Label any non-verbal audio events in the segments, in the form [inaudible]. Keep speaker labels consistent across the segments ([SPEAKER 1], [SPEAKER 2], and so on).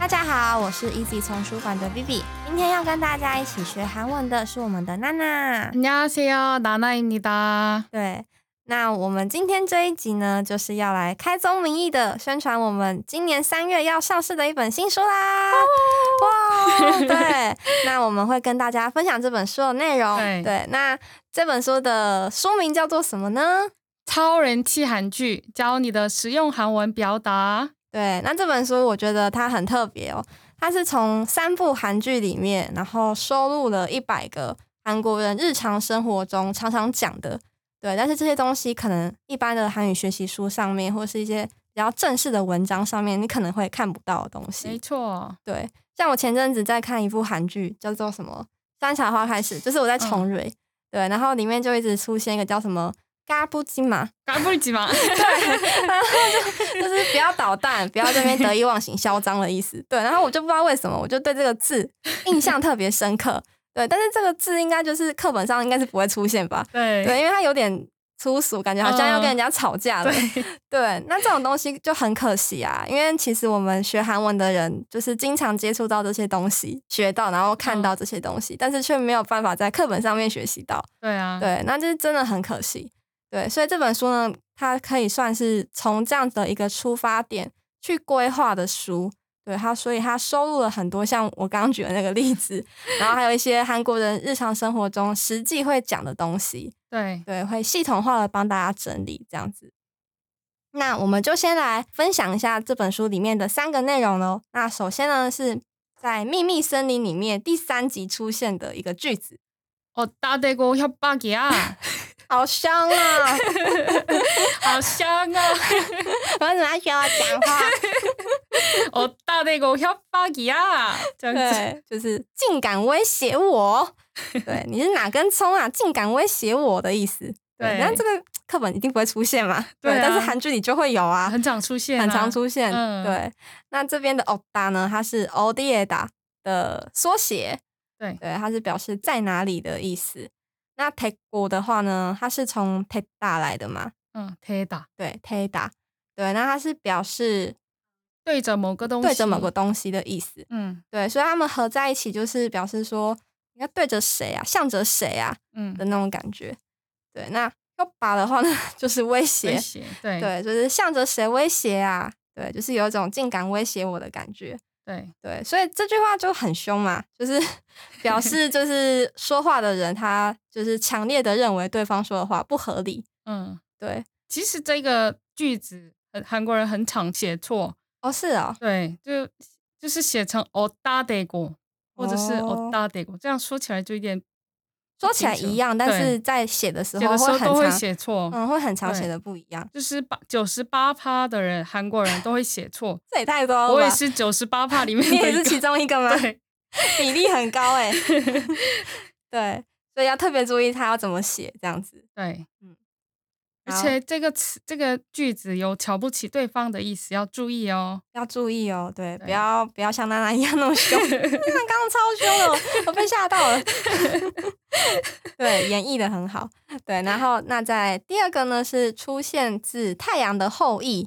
[SPEAKER 1] 大家好，我是 Easy 丛书馆的 Vivi，今天要跟大家一起学韩文的是我们的娜娜。
[SPEAKER 2] 안녕하세요, 나나입니다.
[SPEAKER 1] 对，那我们今天这一集呢，就是要来开宗明义的宣传我们今年三月要上市的一本新书啦！哇，哦对，那我们会跟大家分享这本书的内容。
[SPEAKER 2] 对
[SPEAKER 1] 那这本书的书名叫做什么呢？
[SPEAKER 2] 超人气韩剧，教你的实用韩文表达。
[SPEAKER 1] 对，那这本书我觉得它很特别哦，它是从三部韩剧里面，然后收录了一百个韩国人日常生活中常常讲的，对，但是这些东西可能一般的韩语学习书上面，或是一些比较正式的文章上面，你可能会看不到的东
[SPEAKER 2] 没
[SPEAKER 1] 西。
[SPEAKER 2] 错，
[SPEAKER 1] 对，像我前阵子在看一部韩剧，叫做什么《山茶花开始》，就是我在重蕊，对，然后里面就一直出现一个叫什么“嘎布金嘛”，
[SPEAKER 2] 干不急嘛。 [laughs] 네.
[SPEAKER 1] [laughs] 就是不要捣蛋，不要这边得意忘形、嚣张的意思。 [laughs] 对，然后我就不知道为什么，我就对这个字印象特别深刻。 [laughs] 对，但是这个字应该就是课本上应该是不会出现吧？
[SPEAKER 2] 对嗯
[SPEAKER 1] 对，因为它有点粗俗，感觉好像要跟人家吵架了。
[SPEAKER 2] 对
[SPEAKER 1] [laughs] 对，那这种东西就很可惜啊，因为其实我们学韩文的人，就是经常接触到这些东西，学到然后看
[SPEAKER 2] 嗯
[SPEAKER 1] 到这些东西，但是却没有办法在课本上面学习到。
[SPEAKER 2] 对啊，
[SPEAKER 1] 对，那就是真的很可惜。对，所以这本书呢，它可以算是从这样的一个出发点去规划的书。对它，所以它收录了很多像我刚刚举的那个例子，然后还有一些韩国人日常生活中实际会讲的东西。
[SPEAKER 2] 对
[SPEAKER 1] 对，会系统化的帮大家整理这样子。那我们就先来分享一下这本书里面的三个内容喽。那首先呢，是在《秘密森林》里面第三集出现的一个句子，
[SPEAKER 2] 어따대고 협박이야.
[SPEAKER 1] 好香啊！
[SPEAKER 2] 아, 샹아.
[SPEAKER 1] [laughs] 我怎么要学我讲
[SPEAKER 2] [laughs]
[SPEAKER 1] 话？
[SPEAKER 2] 어따대고 협박이야. 这样子。
[SPEAKER 1] 对，就是竟敢威胁我，对，你是哪根葱啊？竟敢威胁我的意思。
[SPEAKER 2] 对
[SPEAKER 1] 那这个课本一定不会出现嘛？
[SPEAKER 2] 对啊
[SPEAKER 1] 但是韩剧里就会有啊，
[SPEAKER 2] 很常出现、啊，
[SPEAKER 1] 很常。出现。
[SPEAKER 2] 嗯
[SPEAKER 1] 对，那这边的 “oda” 呢，它是 o d i d 的缩写，
[SPEAKER 2] 对
[SPEAKER 1] 对，它是表示在哪里的意思。那 “take” 的话呢，它是从 “take” 来的嘛？
[SPEAKER 2] 嗯，贴打
[SPEAKER 1] 对，“take” 对，那它是表示
[SPEAKER 2] 对着某个东西，
[SPEAKER 1] 对着某个，东西的意思。
[SPEAKER 2] 嗯
[SPEAKER 1] 对，所以他们合在一起就是表示说，你要对着谁啊，向着谁啊
[SPEAKER 2] 嗯
[SPEAKER 1] 的那种感觉。对，那要把的话呢， [laughs] 就是威胁
[SPEAKER 2] 威，胁，对
[SPEAKER 1] 对，
[SPEAKER 2] 对
[SPEAKER 1] 就是向着谁威胁啊，对，就是有一种竟敢威胁我的感觉。
[SPEAKER 2] 对
[SPEAKER 1] 对，所以这句话就很凶嘛，就是 [laughs] 表示就是说话的人他就是强烈的认为对方说的话不合理。
[SPEAKER 2] 嗯。
[SPEAKER 1] 对，
[SPEAKER 2] 其实这个句子，呃韩国人很常写错，
[SPEAKER 1] 哦，是哦，
[SPEAKER 2] 对，就就是写成 o d a d e g o 或者是 o d a d e g o 这样说起来就有点不
[SPEAKER 1] 哦说起来
[SPEAKER 2] 清楚
[SPEAKER 1] 一样，但是
[SPEAKER 2] 对
[SPEAKER 1] 在写的时
[SPEAKER 2] 写
[SPEAKER 1] 候
[SPEAKER 2] 的时
[SPEAKER 1] 会
[SPEAKER 2] 候
[SPEAKER 1] 很
[SPEAKER 2] 都会
[SPEAKER 1] 常，
[SPEAKER 2] 写错，
[SPEAKER 1] 嗯，会很常
[SPEAKER 2] 对
[SPEAKER 1] 写的不一样。
[SPEAKER 2] 就是八九十八趴的人，韩国人都会写错
[SPEAKER 1] [laughs] ，这也太多了吧？
[SPEAKER 2] 我也是九十八趴里面
[SPEAKER 1] [laughs] 你也
[SPEAKER 2] 的
[SPEAKER 1] 是
[SPEAKER 2] 一
[SPEAKER 1] 其
[SPEAKER 2] 个，
[SPEAKER 1] 中啊一个吗？
[SPEAKER 2] 对，
[SPEAKER 1] [laughs] 比例很高
[SPEAKER 2] [laughs]
[SPEAKER 1] 哎、对，所以要特别注意它要怎么写这样子。
[SPEAKER 2] 对，
[SPEAKER 1] 嗯
[SPEAKER 2] 嗯。而且这个词、这个句子有瞧不起对方的意思，要注意哦。
[SPEAKER 1] 要注意哦，对，
[SPEAKER 2] 对
[SPEAKER 1] 不要不要像娜娜一样那么
[SPEAKER 2] [laughs]
[SPEAKER 1] 凶，娜娜刚刚超凶的，我哦我被吓到了。对，演绎的很好。对，然后那在第二个呢是出现自《太阳的后裔》，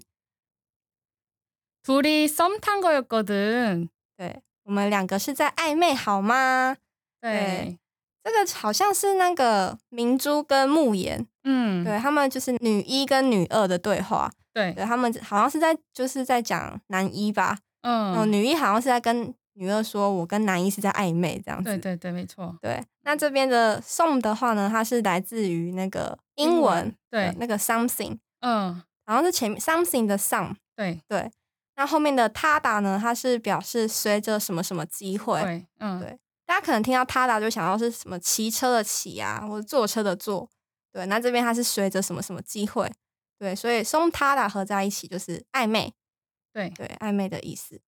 [SPEAKER 2] 둘이 썸 탄 거였거든.
[SPEAKER 1] 对我们两个是在暧昧好吗？对
[SPEAKER 2] 对，
[SPEAKER 1] 这个好像是那个明珠跟慕言，
[SPEAKER 2] 嗯，
[SPEAKER 1] 对他们就是女一跟女二的对话。
[SPEAKER 2] 对，
[SPEAKER 1] 对呃他们好像是在就是在讲男一吧，嗯、
[SPEAKER 2] 嗯，
[SPEAKER 1] 女一好像是在跟女二说，我跟男一是在暧昧这样子。
[SPEAKER 2] 对对对，没错。
[SPEAKER 1] 对那这边的 song 的话呢，它是来自于那个英文，
[SPEAKER 2] 对
[SPEAKER 1] 呃，那个 something，
[SPEAKER 2] 嗯，
[SPEAKER 1] 好像是前面 something 的 some，
[SPEAKER 2] 对，
[SPEAKER 1] 那后面的 tada 呢，它是表示随着什么什么机会。
[SPEAKER 2] 对，嗯，
[SPEAKER 1] 对大家可能听到 tada 就想到是什么骑车的骑啊，或者坐车的坐。对，那这边它是随着什么什么机会，对，所以 song tada 合在一起就是暧昧，
[SPEAKER 2] 对，
[SPEAKER 1] 对，暧昧的意思。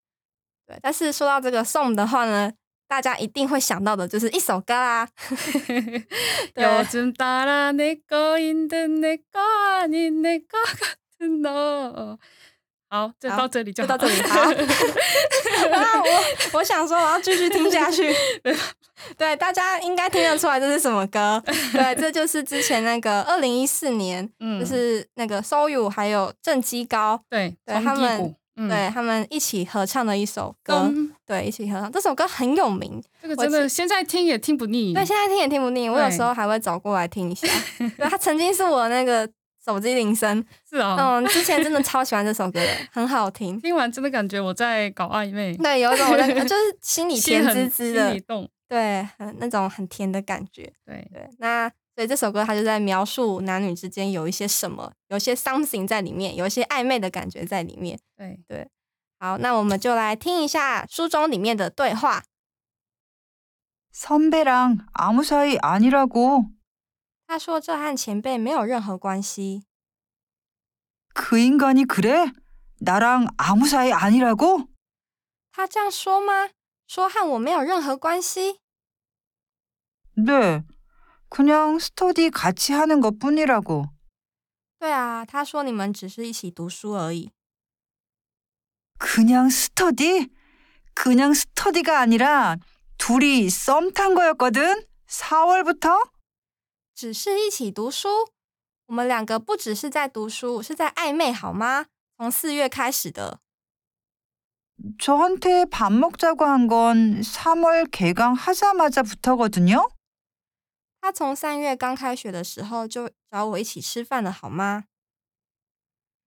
[SPEAKER 1] 对，但是说到这个 song 的话呢，大家一定会想到的就是一首歌啦。对
[SPEAKER 2] 요즘 따라 내 거인 듯내 거 아닌 내 거 [laughs] 같은 너. 어. 好，就
[SPEAKER 1] 好
[SPEAKER 2] 到这里就
[SPEAKER 1] 就到
[SPEAKER 2] 好
[SPEAKER 1] 这里好 [laughs]
[SPEAKER 2] [laughs]
[SPEAKER 1] 啊，我我想说，我要继续听下去。 [laughs] 对，大家应该听得出来这是什么
[SPEAKER 2] [laughs]
[SPEAKER 1] 歌。对，这就是之前那个二零一四年，
[SPEAKER 2] 嗯，
[SPEAKER 1] 就是那个 So You 还有郑基高，
[SPEAKER 2] 对，
[SPEAKER 1] 对
[SPEAKER 2] 从
[SPEAKER 1] 他
[SPEAKER 2] 低
[SPEAKER 1] 们
[SPEAKER 2] 谷，嗯，
[SPEAKER 1] 对他们一起合唱的一首歌。
[SPEAKER 2] 跟
[SPEAKER 1] 对，一起合唱这首歌很有名，
[SPEAKER 2] 这个
[SPEAKER 1] 我
[SPEAKER 2] 真的现在听也听不腻。
[SPEAKER 1] 对，现在听也听不腻。我有
[SPEAKER 2] 嗯对
[SPEAKER 1] 时候还会找过来听一
[SPEAKER 2] [laughs]
[SPEAKER 1] 下。对，它曾经是我那个手机铃声。
[SPEAKER 2] 是啊，
[SPEAKER 1] 嗯，之前真的超喜欢这首歌的，
[SPEAKER 2] [laughs]
[SPEAKER 1] 很好听。
[SPEAKER 2] 听完真的感觉我在搞暧昧，
[SPEAKER 1] 对，有一种我在就是心里
[SPEAKER 2] 心
[SPEAKER 1] 甜
[SPEAKER 2] 很
[SPEAKER 1] 滋滋
[SPEAKER 2] 心
[SPEAKER 1] 的
[SPEAKER 2] 里，动。
[SPEAKER 1] 对，很那种很甜的感觉。
[SPEAKER 2] 对，
[SPEAKER 1] 对，那所以这首歌它就在描述男女之间有一些什么，有一些 something 在里面，有一些暧昧的感觉在里面。
[SPEAKER 2] 对，
[SPEAKER 1] 好，那我们就来听一下书中里面的对话。
[SPEAKER 3] 선배랑 아무 사이 아니라고.
[SPEAKER 1] 他说：“这和前辈没有任何关系。
[SPEAKER 3] 그 인간이 그래? 나랑 아무 사이 아니라고? ”
[SPEAKER 1] 他这样说吗？说和我没有任何关系？
[SPEAKER 3] 네. 그냥 스터디 같이 하는 것 뿐이라고.
[SPEAKER 1] 对啊，他说你们只是一起读书而已。
[SPEAKER 3] 그냥 스터디? 그냥 스터디가 아니라 둘이 썸 탄 거였거든? 4월부터?
[SPEAKER 1] 只是一起读书。我们两个不只是在读书，是在暧昧，好吗？从四月开始的。
[SPEAKER 3] 저한테 밥 먹자고 한 건 3월 개강 하자마자부터거든요?
[SPEAKER 1] 他从三月刚开学的时候就找我一起吃饭了，好吗？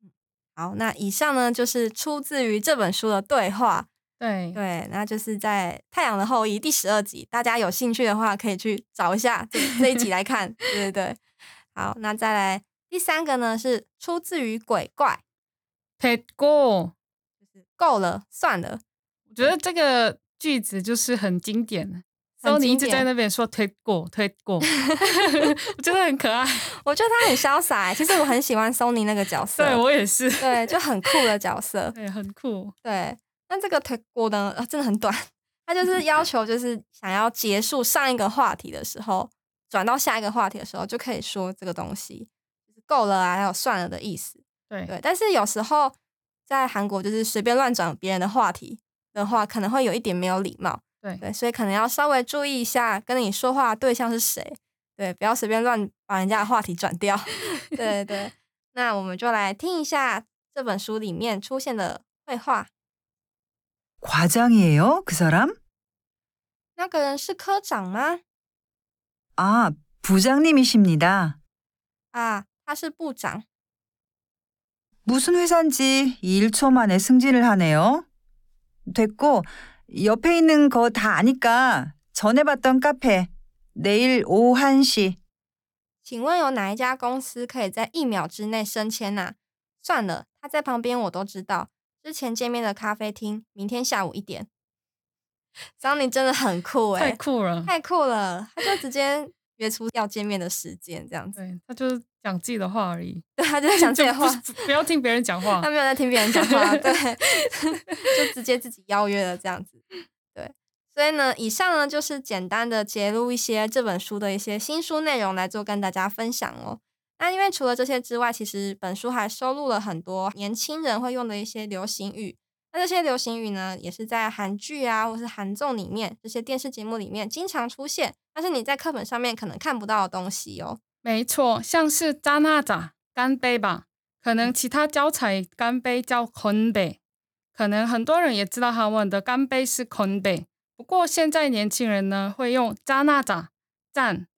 [SPEAKER 1] 嗯好，那以上呢就是出自于这本书的对话，
[SPEAKER 2] 对，
[SPEAKER 1] 对，那就是在《太阳的后裔》第十二集，大家有兴趣的话可以去找一下这这一集来看，对对对。好，那再来第三个呢是出自于鬼怪，
[SPEAKER 2] 됐고，
[SPEAKER 1] 够了，算了，
[SPEAKER 2] 我觉得这个句子就是很经典。
[SPEAKER 1] 很
[SPEAKER 2] 然后你一直
[SPEAKER 1] 经
[SPEAKER 2] 在
[SPEAKER 1] 典
[SPEAKER 2] 那边说推过推 [laughs] 过，我觉得很可爱。
[SPEAKER 1] 我觉得他很潇洒、欸，其实我很喜欢 Sony 那个角色，
[SPEAKER 2] 对我也是，
[SPEAKER 1] 对，就很酷的角色。
[SPEAKER 2] 对，很酷。
[SPEAKER 1] 对，那这个推锅呢、呃，真的很短，它就
[SPEAKER 2] 嗯
[SPEAKER 1] 是要求就是想要结束上一个话题的时候，转到下一个话题的时候就可以说这个东西，就是够了啊，还有算了的意思。
[SPEAKER 2] 对，
[SPEAKER 1] 对，但是有时候在韩国就是随便乱转别人的话题的话，可能会有一点没有礼貌。
[SPEAKER 2] 对
[SPEAKER 1] 对，所以可能要稍微注意一下跟你说话的对象是谁，对，不要随便乱把人家的话题转掉。对对对，那我们就来听一下这本书里面出现的绘画。
[SPEAKER 3] 과장이에요, 그 사람?
[SPEAKER 1] 那个人是科长吗？
[SPEAKER 3] 아, 부장님이십니다.
[SPEAKER 1] 啊，他是部长。
[SPEAKER 3] 무슨 회사인지 1초 만에 승진을 하네요. 됐고, 옆에 있는 거 다 아니까 전에 봤던 카페, 내일 오후 1시.
[SPEAKER 1] 请问有哪一家公司可以在一秒之内升迁呐、算了，他在旁边我都知道。之前见面的咖啡厅，明天下午一点。 [laughs] 桑尼真的很酷哎、
[SPEAKER 2] 太酷了。
[SPEAKER 1] 太酷了！他就直接约出要见面的时间，这样子。 [laughs]
[SPEAKER 2] 对他就是讲自己的话而已，
[SPEAKER 1] 对，他就在讲这些话，
[SPEAKER 2] 就不不要听别人讲话
[SPEAKER 1] 他。没有在听别人讲话，对，就直接自己邀约了这样子。对，所以呢，以上呢就是简单的揭露一些这本书的一些新书内容来做跟大家分享哦。那因为除了这些之外，其实本书还收录了很多年轻人会用的一些流行语。那这些流行语呢，也是在韩剧啊，或是韩综里面这些电视节目里面经常出现，但是你在课本上面可能看不到的东西哦。
[SPEAKER 2] 没错，像是扎那扎干杯吧，可
[SPEAKER 1] 嗯
[SPEAKER 2] 能其他教材干杯叫 kon 杯，可能很多人也知道韩文的干杯是 kon 杯，不过现在年轻人呢会用扎那扎赞，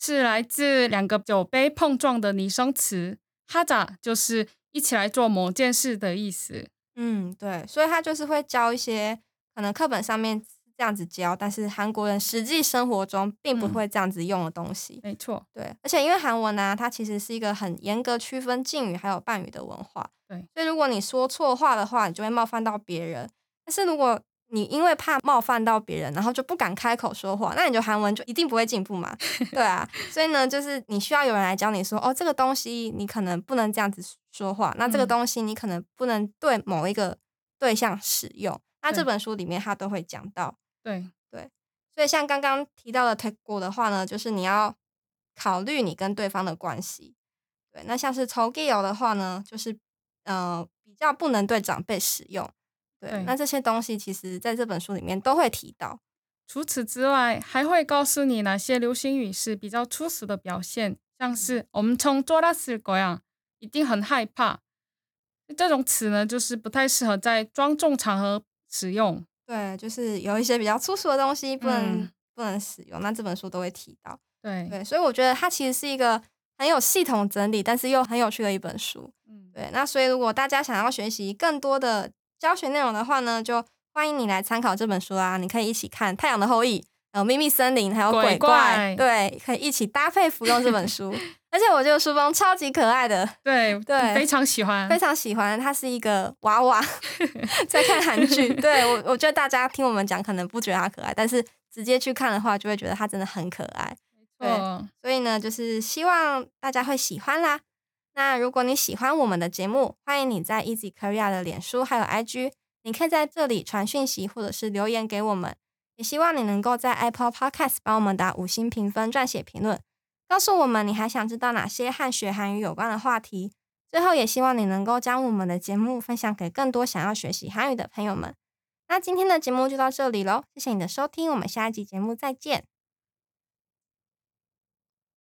[SPEAKER 2] 是来自两个酒杯碰撞的拟声词，哈扎就是一起来做某件事的意思。
[SPEAKER 1] 嗯，对，所以他就是会教一些可能课本上面是这样子教，但是韩国人实际生活中并不
[SPEAKER 2] 嗯
[SPEAKER 1] 会这样子用的东西。
[SPEAKER 2] 没错，
[SPEAKER 1] 对，而且因为韩文呢、啊它其实是一个很严格区分敬语还有半语的文化。
[SPEAKER 2] 对，
[SPEAKER 1] 所以如果你说错话的话，你就会冒犯到别人。但是如果你因为怕冒犯到别人，然后就不敢开口说话，那你就韩文就一定不会进步
[SPEAKER 2] [laughs]
[SPEAKER 1] 嘛。对啊，所以呢，就是你需要有人来教你说，哦，这个东西你可能不能这样子说话，那这个
[SPEAKER 2] 嗯
[SPEAKER 1] 东西你可能不能对某一个对象使用。那他这
[SPEAKER 2] 对
[SPEAKER 1] 本书里面他都会讲到。
[SPEAKER 2] 对，
[SPEAKER 1] 所以像刚刚提到的 take 过的话呢，就是你要考虑你跟对方的关系。对，那像是酬 g 友的话呢，就是呃比较不能对长辈使用。对，
[SPEAKER 2] 对
[SPEAKER 1] 那这些东西其实在这本书里面都会提到。
[SPEAKER 2] 除此之外，还会告诉你哪些流行语是比较粗俗的表现，像
[SPEAKER 1] 嗯
[SPEAKER 2] 是我们从做 s 을거야，一定很害怕。这种词呢，就是不太适合在庄重场合使用。
[SPEAKER 1] 对，就是有一些比较粗俗的东西不能、
[SPEAKER 2] 嗯
[SPEAKER 1] 不能使用，那这本书都会提到。
[SPEAKER 2] 对，
[SPEAKER 1] 对，所以我觉得它其实是一个很有系统整理，但是又很有趣的一本书。
[SPEAKER 2] 嗯，
[SPEAKER 1] 对，那所以如果大家想要学习更多的教学内容的话呢，就欢迎你来参考这本书啊！你可以一起看《太阳的后裔》、还有《秘密森林》，还有《鬼
[SPEAKER 2] 鬼怪
[SPEAKER 1] 对，可以一起搭配服用这本书。而且我觉得书封超级可爱的，
[SPEAKER 2] 对
[SPEAKER 1] 对
[SPEAKER 2] 非常喜欢，
[SPEAKER 1] 非常喜欢。它是一个娃娃在看韩剧，对我我觉得大家听我们讲可能不觉得它可爱，但是直接去看的话，就会觉得它真的很可爱。对
[SPEAKER 2] 错
[SPEAKER 1] 所以呢，就是希望大家会喜欢啦。那如果你喜欢我们的节目，欢迎你在 Easy Korea 的脸书还有 IG，你可以在这里传讯息或者是留言给我们。也希望你能够在 Apple Podcast 帮我们打五星评分、撰写评论，告诉我们你还想知道哪些和学韩语有关的话题。最后，也希望你能够将我们的节目分享给更多想要学习韩语的朋友们。那今天的节目就到这里喽，谢谢你的收听，我们下一集节目再见。